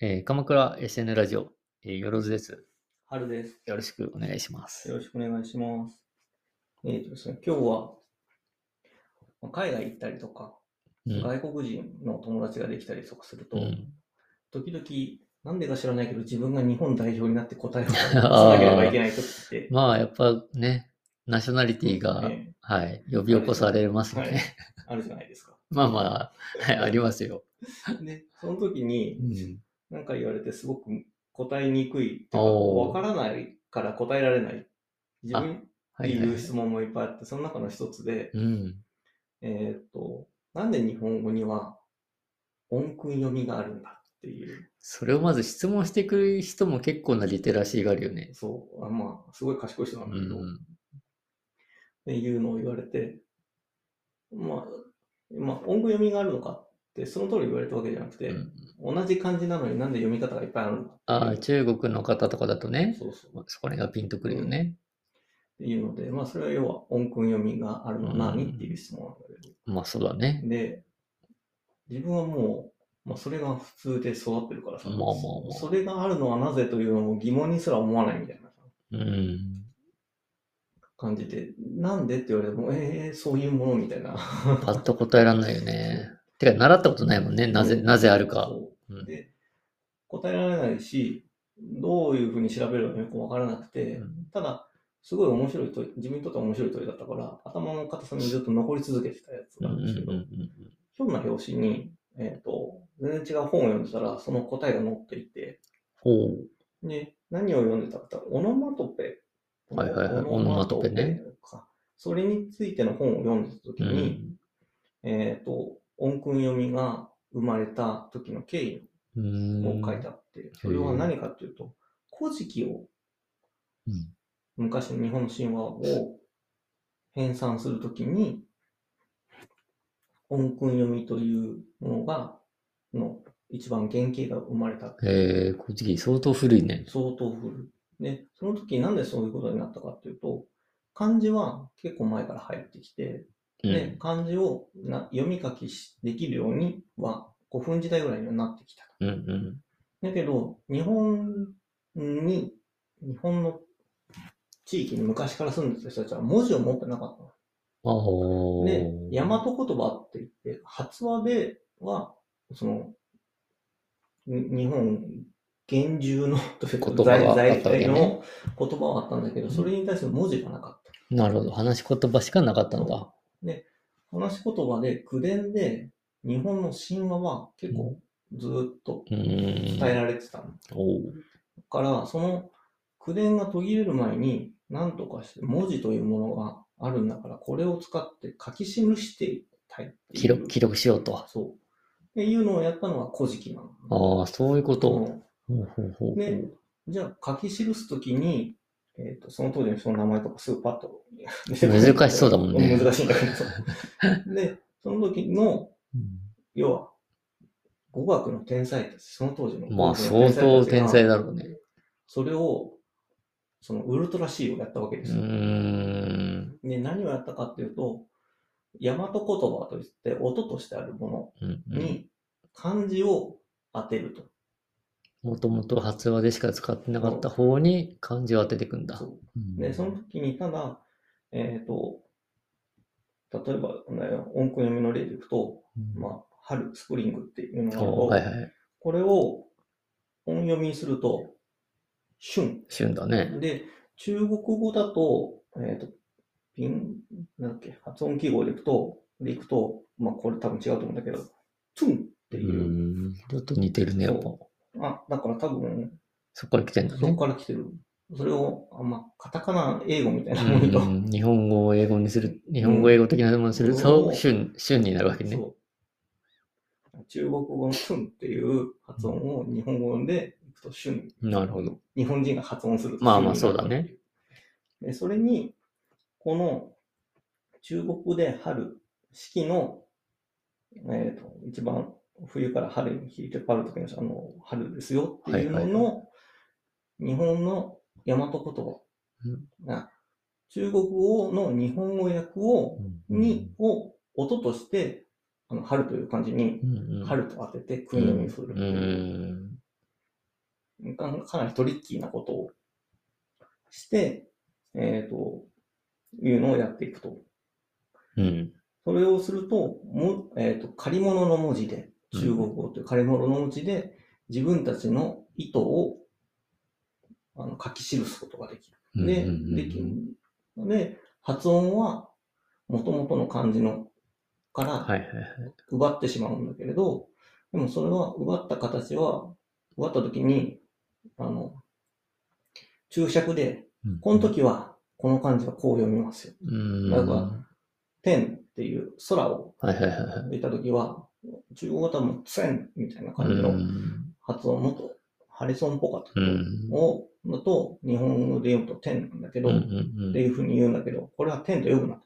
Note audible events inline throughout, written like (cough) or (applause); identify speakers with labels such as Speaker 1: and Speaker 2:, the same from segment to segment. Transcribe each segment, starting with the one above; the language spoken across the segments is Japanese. Speaker 1: えー鎌倉 SN ラジオ、えーよろずです。
Speaker 2: 春です。
Speaker 1: よろしくお願いします。
Speaker 2: よろしくお願いします。えっ、とですね、今日は、まあ海外行ったりとか、
Speaker 1: うん
Speaker 2: 外国人の友達ができたりとかすると、
Speaker 1: うん
Speaker 2: 時々、なんでか知らないけど、自分が日本代表になって答えを出さ
Speaker 1: あー
Speaker 2: なければいけない時って、
Speaker 1: まあ、やっぱね、ナショナリティが、
Speaker 2: ね
Speaker 1: はい、呼び起こされますよ
Speaker 2: はい
Speaker 1: ね。
Speaker 2: あるじゃないですか。
Speaker 1: (laughs)
Speaker 2: (laughs)
Speaker 1: まあまあ、はい、ありますよ。
Speaker 2: で、その時
Speaker 1: う
Speaker 2: に
Speaker 1: ん、
Speaker 2: 何か言われてすごく答えにくいっていうか、こ
Speaker 1: おー
Speaker 2: うわからないから答えられない。自分
Speaker 1: は
Speaker 2: に
Speaker 1: い、は
Speaker 2: 言う
Speaker 1: い。
Speaker 2: 質問もいっぱいあって、その中の一つで、
Speaker 1: うん。
Speaker 2: えーっと、なんで日本語には音訓読みがあるんだっていう、
Speaker 1: それをまず質問してくる人も結構なリテラシーがあるよね。
Speaker 2: そう、あまあ、すごい賢い人な
Speaker 1: うん
Speaker 2: だけど、っ
Speaker 1: ん。
Speaker 2: ていうのを言われて、まあ、まあ、音訓読みがあるのかって、その通り言われたわけじゃなくて、
Speaker 1: うん
Speaker 2: 同じ漢字なのになんで読み方がいっぱいあるのか
Speaker 1: あ
Speaker 2: っ
Speaker 1: あ、
Speaker 2: て
Speaker 1: 中国の方とかだと
Speaker 2: いう
Speaker 1: ね、
Speaker 2: そうそう。っ
Speaker 1: そこら辺がピンとくるよね。
Speaker 2: ていうので、まあ、それは要は音訓読みがあるのは
Speaker 1: うん
Speaker 2: 何っていう質問なんだけ
Speaker 1: まあ、そうだね。
Speaker 2: ど、で、自分はもう、まあ、それが普通で育ってるからさ、
Speaker 1: まあまあまあ
Speaker 2: それがあるのはなぜというのを疑問にすら思わないみたいな
Speaker 1: うん。
Speaker 2: 感じで、なんでって言われても、えー、そういうものみたいな。
Speaker 1: パッと答えられないよね。てか、習ったことないもんね。なぜ、
Speaker 2: うん
Speaker 1: なぜあるか。
Speaker 2: そう
Speaker 1: うん
Speaker 2: で、答えられないし、どういうふうに調べればよくわからなくて、
Speaker 1: うん
Speaker 2: ただ、すごい面白い問い、自分にとっては面白い問いだったから、頭の片隅にずっと残り続けてたやつ
Speaker 1: うん
Speaker 2: な
Speaker 1: うん
Speaker 2: んですけ
Speaker 1: うん
Speaker 2: ど、
Speaker 1: うん
Speaker 2: ひょんな表紙に、えっ、と、全然違う本を読んでたら、その答えが載っていて、
Speaker 1: ほう。
Speaker 2: で、何を読んでたかって、オノマトペ。
Speaker 1: はいはいはいオノマトペね
Speaker 2: か。それについての本を読んでたとき
Speaker 1: う
Speaker 2: に、
Speaker 1: ん
Speaker 2: えっ、と、音訓読みが生まれた時の経緯
Speaker 1: う
Speaker 2: を
Speaker 1: ん
Speaker 2: 書いてあって、それは何かっていうと、古事記を、
Speaker 1: うん
Speaker 2: 昔の日本の神話を編纂するときに、音訓読みというものが、の一番原型が生まれた
Speaker 1: えー、こっちき相当古いね。
Speaker 2: 相当古い。で、その時なんでそういうことになったかっていうと、漢字は結構前から入ってきて、
Speaker 1: うん
Speaker 2: で、漢字をな読み書きしできるようには古墳時代ぐらいにはなってきた。
Speaker 1: うんうん。
Speaker 2: だけど、日本に、日本の地域に昔から住んでた人たちは文字を持ってなかったの。
Speaker 1: ああ。
Speaker 2: で、大和言葉って言って、発話では、その、に日本原住のというか
Speaker 1: 言葉が
Speaker 2: 在
Speaker 1: あったわけね
Speaker 2: 在の言葉はあったんだけど、それに対する文字がなかった。
Speaker 1: なるほど。話し言葉しかなかったんだ。
Speaker 2: 話し言葉で、口伝で、日本の神話は結構ずーっと
Speaker 1: うん。
Speaker 2: 伝えられてたの。だ
Speaker 1: おう
Speaker 2: から、その口伝が途切れる前に、何とかして文字というものがあるんだから、これを使って書き記していきたいっていう
Speaker 1: 記録、記録しようと。
Speaker 2: そう。っていうのをやったのは古事記なの。
Speaker 1: ああ、そういうこと。
Speaker 2: そ
Speaker 1: ほうほうほうほ
Speaker 2: う
Speaker 1: う。
Speaker 2: で、じゃあ書き記すときに、えーと、その当時の人の名前とかすぐパッと出てくる。
Speaker 1: 難しそうだもんね
Speaker 2: 難しいんだけどそう。で、その時の、
Speaker 1: うん
Speaker 2: 要は、語学の天才たち、その当時の
Speaker 1: ま
Speaker 2: 語
Speaker 1: あ、
Speaker 2: 学
Speaker 1: 相当
Speaker 2: の
Speaker 1: 天才
Speaker 2: たちが
Speaker 1: だろうね。
Speaker 2: それを、そのウルトラ C をやったわけで
Speaker 1: う
Speaker 2: すよ。
Speaker 1: ーん。
Speaker 2: で、何をやったかっていうと、大和言葉といって音としてあるも
Speaker 1: うんう
Speaker 2: の
Speaker 1: ん
Speaker 2: に漢字を当てると。
Speaker 1: もともと発話でしか使ってなかった方に漢字を当てていくんだ。
Speaker 2: そう
Speaker 1: うん
Speaker 2: で、その時に、ただ、えっ、と、例えば、ね、音符読みの例でいくと、
Speaker 1: うん
Speaker 2: まあ、春、スプリングっていうのがある
Speaker 1: おうはいはい。
Speaker 2: これを音読みにすると、春。
Speaker 1: 旬だね。
Speaker 2: で、中国語だと、えっ、と、ピン、なんだっけ、発音記号でいくと、でいくと、まあ、これ多分違うと思うんだけど、トゥンって
Speaker 1: う
Speaker 2: いう、
Speaker 1: ん。ちょっと似てるね、やっぱ。
Speaker 2: あ、だから多分、
Speaker 1: そこから来てんだ
Speaker 2: そこ
Speaker 1: ね。
Speaker 2: から来てる。それを、あまあ、カタカナ、英語みたいなものと
Speaker 1: うん日本語を英語にする、日本語を英語的なものにする
Speaker 2: う
Speaker 1: と、
Speaker 2: ん
Speaker 1: 旬、旬になるわけね。
Speaker 2: そう。中国語のシュンっていう発音を日本語でいくとシュン。
Speaker 1: なるほど。
Speaker 2: 日本人が発音すると
Speaker 1: まあまあ
Speaker 2: シュンにな
Speaker 1: そ
Speaker 2: る
Speaker 1: うだね
Speaker 2: で。それに、この中国語で春、四季の、えっ、と、一番冬から春に引いてパルときのあの春ですよっていうのの、
Speaker 1: はいはい
Speaker 2: 日本の大和言葉
Speaker 1: うん
Speaker 2: が中国語の日本語訳を、
Speaker 1: うん
Speaker 2: に、を音として、あの春という漢字に、
Speaker 1: うんうん、
Speaker 2: 春と当てて訓読みするって
Speaker 1: う。
Speaker 2: いうんかかなりトリッキーなことをして、えっ、と、いうのをやっていくと。
Speaker 1: うん。
Speaker 2: それをすると、もえっと借り物の文字で、中国語という借り物の文字で、自分たちの意図をあの書き記すことができ
Speaker 1: う
Speaker 2: る。
Speaker 1: ん
Speaker 2: で、
Speaker 1: うんうんうん
Speaker 2: できるので、発音は元々の漢字のか
Speaker 1: は
Speaker 2: ら
Speaker 1: いはいはい。
Speaker 2: 奪ってしまうんだけれど、でもそれは奪った形は、奪った時に、あの、注釈で、
Speaker 1: うん
Speaker 2: この、時はこの漢字はこう読みますよ。
Speaker 1: うん。
Speaker 2: なんか天っていう空を
Speaker 1: はいはいはいはい。
Speaker 2: 見たときは、中国語とはもう、ツェンみたいな
Speaker 1: う
Speaker 2: 感じの
Speaker 1: ん。
Speaker 2: 発音、もっとハリソンっぽかった
Speaker 1: うん。
Speaker 2: を、だと、日本語で読むと、天なんだけど、
Speaker 1: うん
Speaker 2: っ
Speaker 1: うん
Speaker 2: ていうふうに言うんだけど、これは天と読むなと。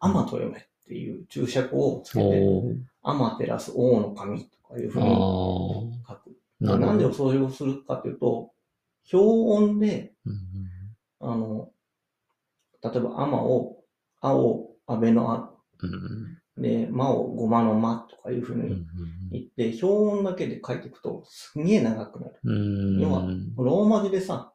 Speaker 2: アマと読めっていう注釈をつ
Speaker 1: うん。
Speaker 2: けて、
Speaker 1: おー
Speaker 2: アマテラス王の神とかいうふうに
Speaker 1: あ
Speaker 2: 書く。
Speaker 1: あ。なる
Speaker 2: なん
Speaker 1: ほ
Speaker 2: で
Speaker 1: ど。
Speaker 2: それをするかというと、表音で、
Speaker 1: うん
Speaker 2: あの、例えばアマを、アを、アベのア、
Speaker 1: うん
Speaker 2: で、マをゴマのマとかいうふう
Speaker 1: うんうん
Speaker 2: に言って、表音だけで書いていくと、すんげえ長くなる。
Speaker 1: うん
Speaker 2: 要は
Speaker 1: うん
Speaker 2: ローマ字でさ、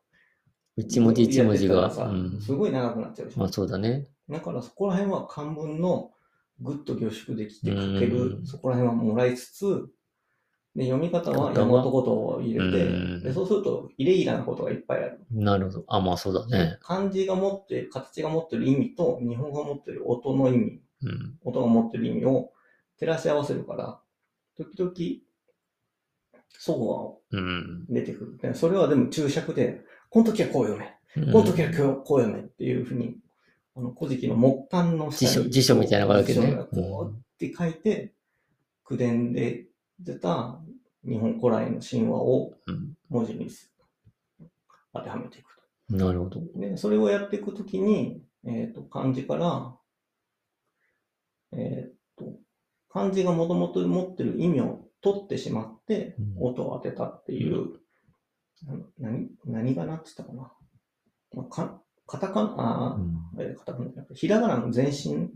Speaker 1: 一文字一文字
Speaker 2: や
Speaker 1: が
Speaker 2: ってた。らさ
Speaker 1: うん
Speaker 2: すごい長くなっちゃうじゃん
Speaker 1: まあそうだね。
Speaker 2: だからそこら辺は漢文のぐっと凝縮できて書け
Speaker 1: う
Speaker 2: る
Speaker 1: ん、
Speaker 2: そこら辺はもらいつつ、で読み方は
Speaker 1: 方は
Speaker 2: 山本言葉を入れ
Speaker 1: うん
Speaker 2: て、でそうするとイレギュラーなことがいっぱいある。
Speaker 1: なるほど。あ、まあそうだね。
Speaker 2: 漢字が持って、形が持ってる意味と、日本語が持ってる音の意味、
Speaker 1: うん。
Speaker 2: 音が持ってる意味を照らし合わせるから、時々、相互が
Speaker 1: うん。
Speaker 2: 出てくる。でそれはでも注釈で、この時はこう読め、この時はこうこう読めっていうふうに、あの、古事記の木簡の下
Speaker 1: 辞
Speaker 2: に
Speaker 1: 書辞書みたいなのがあるわけね
Speaker 2: 辞書がこうって書いて、口伝で出た日本古来の神話を
Speaker 1: うん
Speaker 2: 文字にす当てはめていく
Speaker 1: なるほど。
Speaker 2: と。で、それをやっていくときに、えっ、と、漢字から、えっ、と、漢字がもともと持ってる意味を取ってしまって、
Speaker 1: うん
Speaker 2: 音を当てたっていう、な何何がなって言ったかな。まあ、かカタカナ、あ
Speaker 1: う
Speaker 2: ーえーカタカナじゃなくてひらがなの前身
Speaker 1: ん。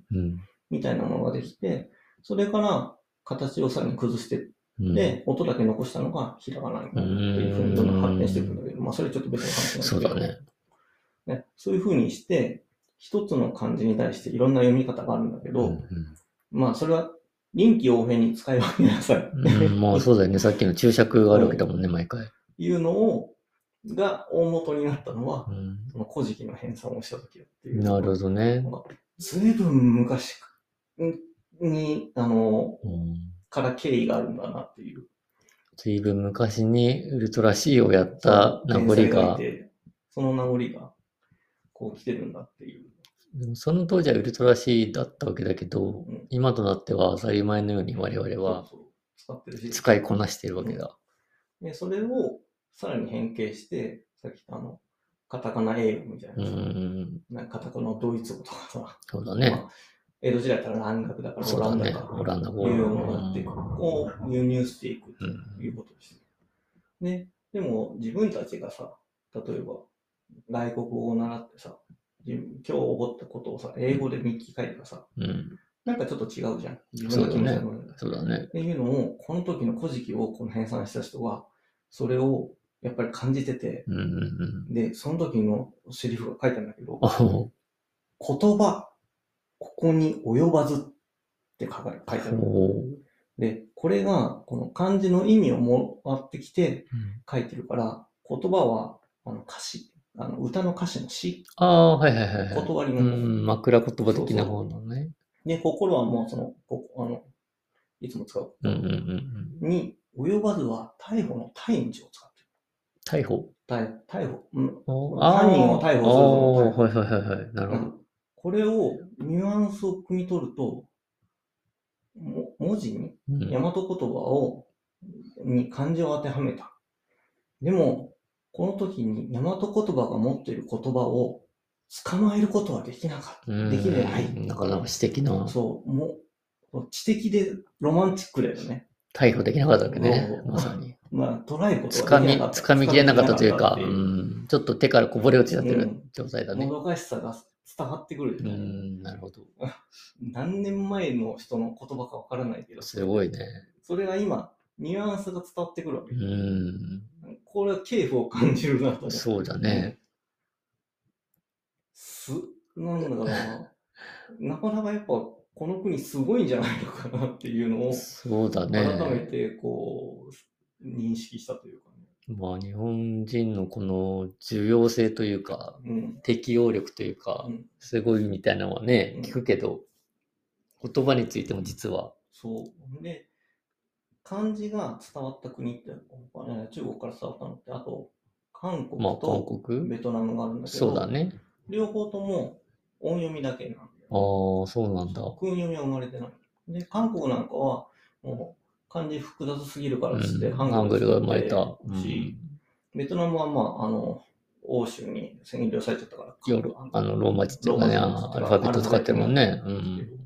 Speaker 2: みたいなものができて、それから形をさらに崩してっ
Speaker 1: うん。
Speaker 2: て、音だけ残したのがひらがなになるっていうふうにどんどん発展していくんだけど、まあそれちょっと別の話なんです
Speaker 1: そ
Speaker 2: け
Speaker 1: う
Speaker 2: ど
Speaker 1: だね。
Speaker 2: ねそういうふうにして、一つの漢字に対していろんな読み方があるんだけど、まあそれは臨機応変に使い分けなさい。
Speaker 1: うんうんまあそうだよね。さっきの注釈があるわけだもんね、毎回。
Speaker 2: (laughs) いうのを、が大元になったのは
Speaker 1: う、ん
Speaker 2: その古事記の編纂をした時だっていう。
Speaker 1: なるほどね。
Speaker 2: ずいぶん昔に、あの、
Speaker 1: うん
Speaker 2: から経緯があるんだなっていう。
Speaker 1: 随分昔にウルトラ C をやった名残
Speaker 2: 天才
Speaker 1: が
Speaker 2: い、てその名残が、こう来てるんだっていう。
Speaker 1: でもその当時はウルトラ C だったわけだけど
Speaker 2: うん、
Speaker 1: 今となっては当たり前のように我々は
Speaker 2: そうそう使ってるし。
Speaker 1: 使いこなしてるわけだ。
Speaker 2: で、それをさらに変形して、さっきあの、カタカナ英語みたいうなさ、
Speaker 1: ん。
Speaker 2: なんかカタカナドイツ語とかさ、
Speaker 1: そうだね
Speaker 2: ま。あ江戸時代から蘭学だから
Speaker 1: そ
Speaker 2: オ
Speaker 1: う
Speaker 2: ラ
Speaker 1: だ
Speaker 2: ンダ
Speaker 1: ね。
Speaker 2: か、
Speaker 1: オランダ語。
Speaker 2: いうのがあって、こう輸入していくということですね。ね、でも自分たちがさ、例えば外国語を習ってさ、自分今日起こったことをさ、英語で日記書いてらさ、
Speaker 1: うん。
Speaker 2: なんかちょっと違うじゃん。自分の気持ちが乗る
Speaker 1: そうだね
Speaker 2: っ。ていうのを、この時の古事記をこの編纂した人は、それをやっぱり感じてて、
Speaker 1: うんうんうん。
Speaker 2: で、その時のセリフが書いてあるんだけど、
Speaker 1: あほ
Speaker 2: 言葉、ここに及ばずって書かれ書いてある。
Speaker 1: ほ
Speaker 2: で、これが、この漢字の意味をもらってきて書いてるから、言葉は、あの歌詞、あの歌の歌詞の詩、
Speaker 1: ああ、はいはいはいはい。
Speaker 2: 断り
Speaker 1: う
Speaker 2: の方、
Speaker 1: ん、枕言葉的な方のね。
Speaker 2: で、心はもうその、こあの、いつも使う。
Speaker 1: うんうんうんうん。
Speaker 2: に、及ばずは、逮捕の逮日を使ってる。
Speaker 1: 逮捕。
Speaker 2: 逮逮捕、うん。
Speaker 1: お
Speaker 2: 犯人を逮捕する
Speaker 1: ああ、はいはいはいはい。なるほ
Speaker 2: なん
Speaker 1: ど
Speaker 2: か。これを、ニュアンスを汲み取ると、も文字に、
Speaker 1: うん
Speaker 2: 大和言葉を、に漢字を当てはめた。でも、この時に大和言葉が持っている言葉を捕まえることはできなかっ
Speaker 1: うん
Speaker 2: できればはい
Speaker 1: なかなか私的
Speaker 2: た。
Speaker 1: な、
Speaker 2: そう、もう、知的でロマンチックだよね。
Speaker 1: 逮捕できなかったわけね
Speaker 2: そ。う
Speaker 1: まさに。
Speaker 2: まあ、捉えること
Speaker 1: つ
Speaker 2: は
Speaker 1: か
Speaker 2: で
Speaker 1: み、
Speaker 2: きなかった。
Speaker 1: つかみきれなかったというか、
Speaker 2: 掴
Speaker 1: う
Speaker 2: みきれなかっ
Speaker 1: んちょっと手からこぼれ落ちちゃって
Speaker 2: う
Speaker 1: る
Speaker 2: ん
Speaker 1: 状態
Speaker 2: た
Speaker 1: だ
Speaker 2: ってい
Speaker 1: ね
Speaker 2: うも。どかしさが伝わってくる
Speaker 1: う。ん、なるほど。
Speaker 2: 何年前の人の言葉かわからないけど、
Speaker 1: すごいね。
Speaker 2: それが今、ニュアンスが伝わってくるわけ
Speaker 1: う。ん、
Speaker 2: これは系譜を感じるなと思う。
Speaker 1: そうだね。
Speaker 2: す、なんだろうな。 (laughs) なかなかやっぱ、この国すごいんじゃないのかなっていうのを、
Speaker 1: そうだね。
Speaker 2: 改めてこう、認識したというか
Speaker 1: まあ、日本人のこの重要性というか、
Speaker 2: ね。うん。
Speaker 1: 適応力というか
Speaker 2: うん、
Speaker 1: すごいみたいなのはね
Speaker 2: う、ん
Speaker 1: 聞くけど、言葉についても実は、
Speaker 2: そう。で、漢字が伝わった国って、他ね中国から伝わったのって、あと、韓国
Speaker 1: まあ、韓
Speaker 2: と
Speaker 1: 国
Speaker 2: ベトナムがあるんだけど、
Speaker 1: そうだね。
Speaker 2: 両方とも音読みだけなんだよ。
Speaker 1: ああ、そうなんだ。
Speaker 2: 訓読みは生まれてない。で、韓国なんかは、もう漢字複雑すぎるからっつって、
Speaker 1: うんハングルが生まれた。
Speaker 2: 作ってるし、ベトナムはまあ、あの、欧州に占領されちゃったから、
Speaker 1: ヨーロあのローマ字っていうかね、
Speaker 2: ロ
Speaker 1: あ
Speaker 2: ーマ字って
Speaker 1: ア
Speaker 2: いう
Speaker 1: ル
Speaker 2: か
Speaker 1: ファベット使ってるもんね。う
Speaker 2: アルファベット
Speaker 1: ん。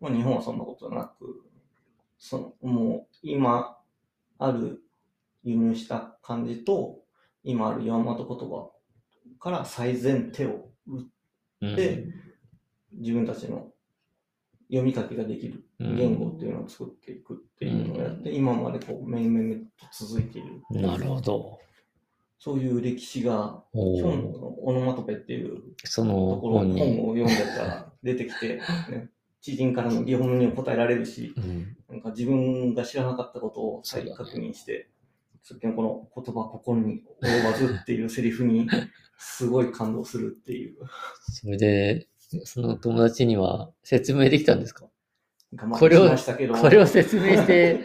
Speaker 2: まあ、日本はそんなことなく、そのもう今ある輸入した漢字と、今ある四マと言葉から最善手を打っ
Speaker 1: うん
Speaker 2: で自分たちの読み書きができる
Speaker 1: うん
Speaker 2: 言語っていうのを作っていくっていうのをやって、今までこう、めいめいめいと続いている。
Speaker 1: なるほど。
Speaker 2: そういう歴史が、
Speaker 1: お
Speaker 2: 本
Speaker 1: ー
Speaker 2: のオノマトペっていう
Speaker 1: そ
Speaker 2: と
Speaker 1: の
Speaker 2: ころ、
Speaker 1: 本に。
Speaker 2: 本を読んでたら出てき
Speaker 1: (laughs)
Speaker 2: て、ね、知人からの疑問にも答えられるし、
Speaker 1: うん
Speaker 2: なんか自分が知らなかったことを再確認して、さっきのこの言葉心に及ばずっていうセリフ
Speaker 1: (laughs)
Speaker 2: に、すごい感動するっていう。
Speaker 1: それで、その友達には説明できたんですか
Speaker 2: 頑張
Speaker 1: これを
Speaker 2: しましたけど
Speaker 1: これを説明して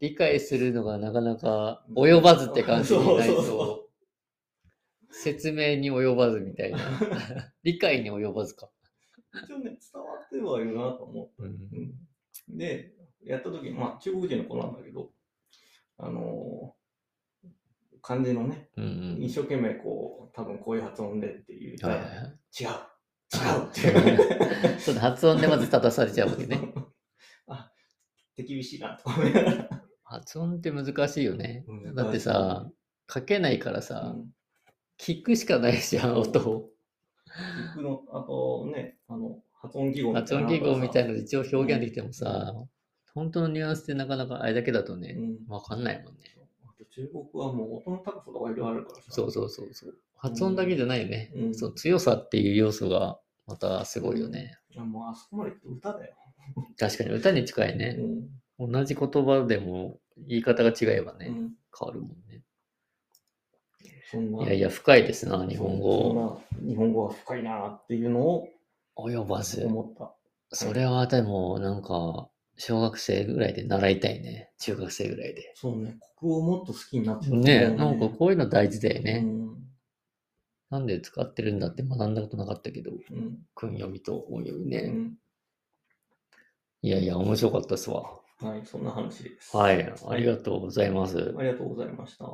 Speaker 1: 理解するのがなかなか及ばずって感じになり
Speaker 2: そうそ
Speaker 1: そ。
Speaker 2: うそう
Speaker 1: 説明に及ばずみ
Speaker 2: (laughs)
Speaker 1: たいな。理解に及ばずか。
Speaker 2: 一応ね、伝わってはいるなと思
Speaker 1: うん
Speaker 2: う。うんで、やった時まあ中国人の子なんだけど、あのー漢字のね、
Speaker 1: うんうん
Speaker 2: 一生懸命こう、多分こういう発音でって言った
Speaker 1: は
Speaker 2: ら、
Speaker 1: いはい
Speaker 2: 違う違うっていう。
Speaker 1: そうだ発音でまず立たされちゃうわけね。
Speaker 2: (laughs) あ、手厳しいなと思いながら。
Speaker 1: 発音って難しいよね
Speaker 2: 難し。い
Speaker 1: だってさ、書けないからさ
Speaker 2: う、ん
Speaker 1: 聞くしかないじゃん、音を。
Speaker 2: 僕の、あとね、あの、発音記号
Speaker 1: 発音記号みたい
Speaker 2: な
Speaker 1: なので一応表現できてもさ、本当のニュアンスってなかなかあれだけだと
Speaker 2: のが
Speaker 1: ね、
Speaker 2: さ。うん
Speaker 1: わかんないもんね。
Speaker 2: あと中国はもう音の高さとかいろいろあるからさ。
Speaker 1: そうそうそうそう。発音だけじゃないよね。
Speaker 2: うん
Speaker 1: そう強さっていう要素がまたすごいよね。
Speaker 2: いやもうあそこまで行くと歌だよ。
Speaker 1: 確かに歌に近いうね。
Speaker 2: ん。
Speaker 1: 同じ言葉でも言い方が違えばね、
Speaker 2: うん
Speaker 1: 変わるもんね。
Speaker 2: そんな。
Speaker 1: いやいや、深いですな、日本語。
Speaker 2: そんな日本語は深いなっていうのを
Speaker 1: 及ばず。
Speaker 2: 思った。
Speaker 1: それはでも、なんか、小学生ぐらいで習いたいね。中学生ぐらいで。
Speaker 2: そうね、国語をもっと好きになってたと思う
Speaker 1: ねなんかこういうの大事だよね。
Speaker 2: うん
Speaker 1: なんで使ってるんだって学んだことなかったけど、
Speaker 2: うん
Speaker 1: 訓読みと音読みね。
Speaker 2: う
Speaker 1: いやいや、面白かったっすわ。
Speaker 2: ん。はい、そんな話です。
Speaker 1: はい、ありがとうございます。
Speaker 2: ありがとうございました。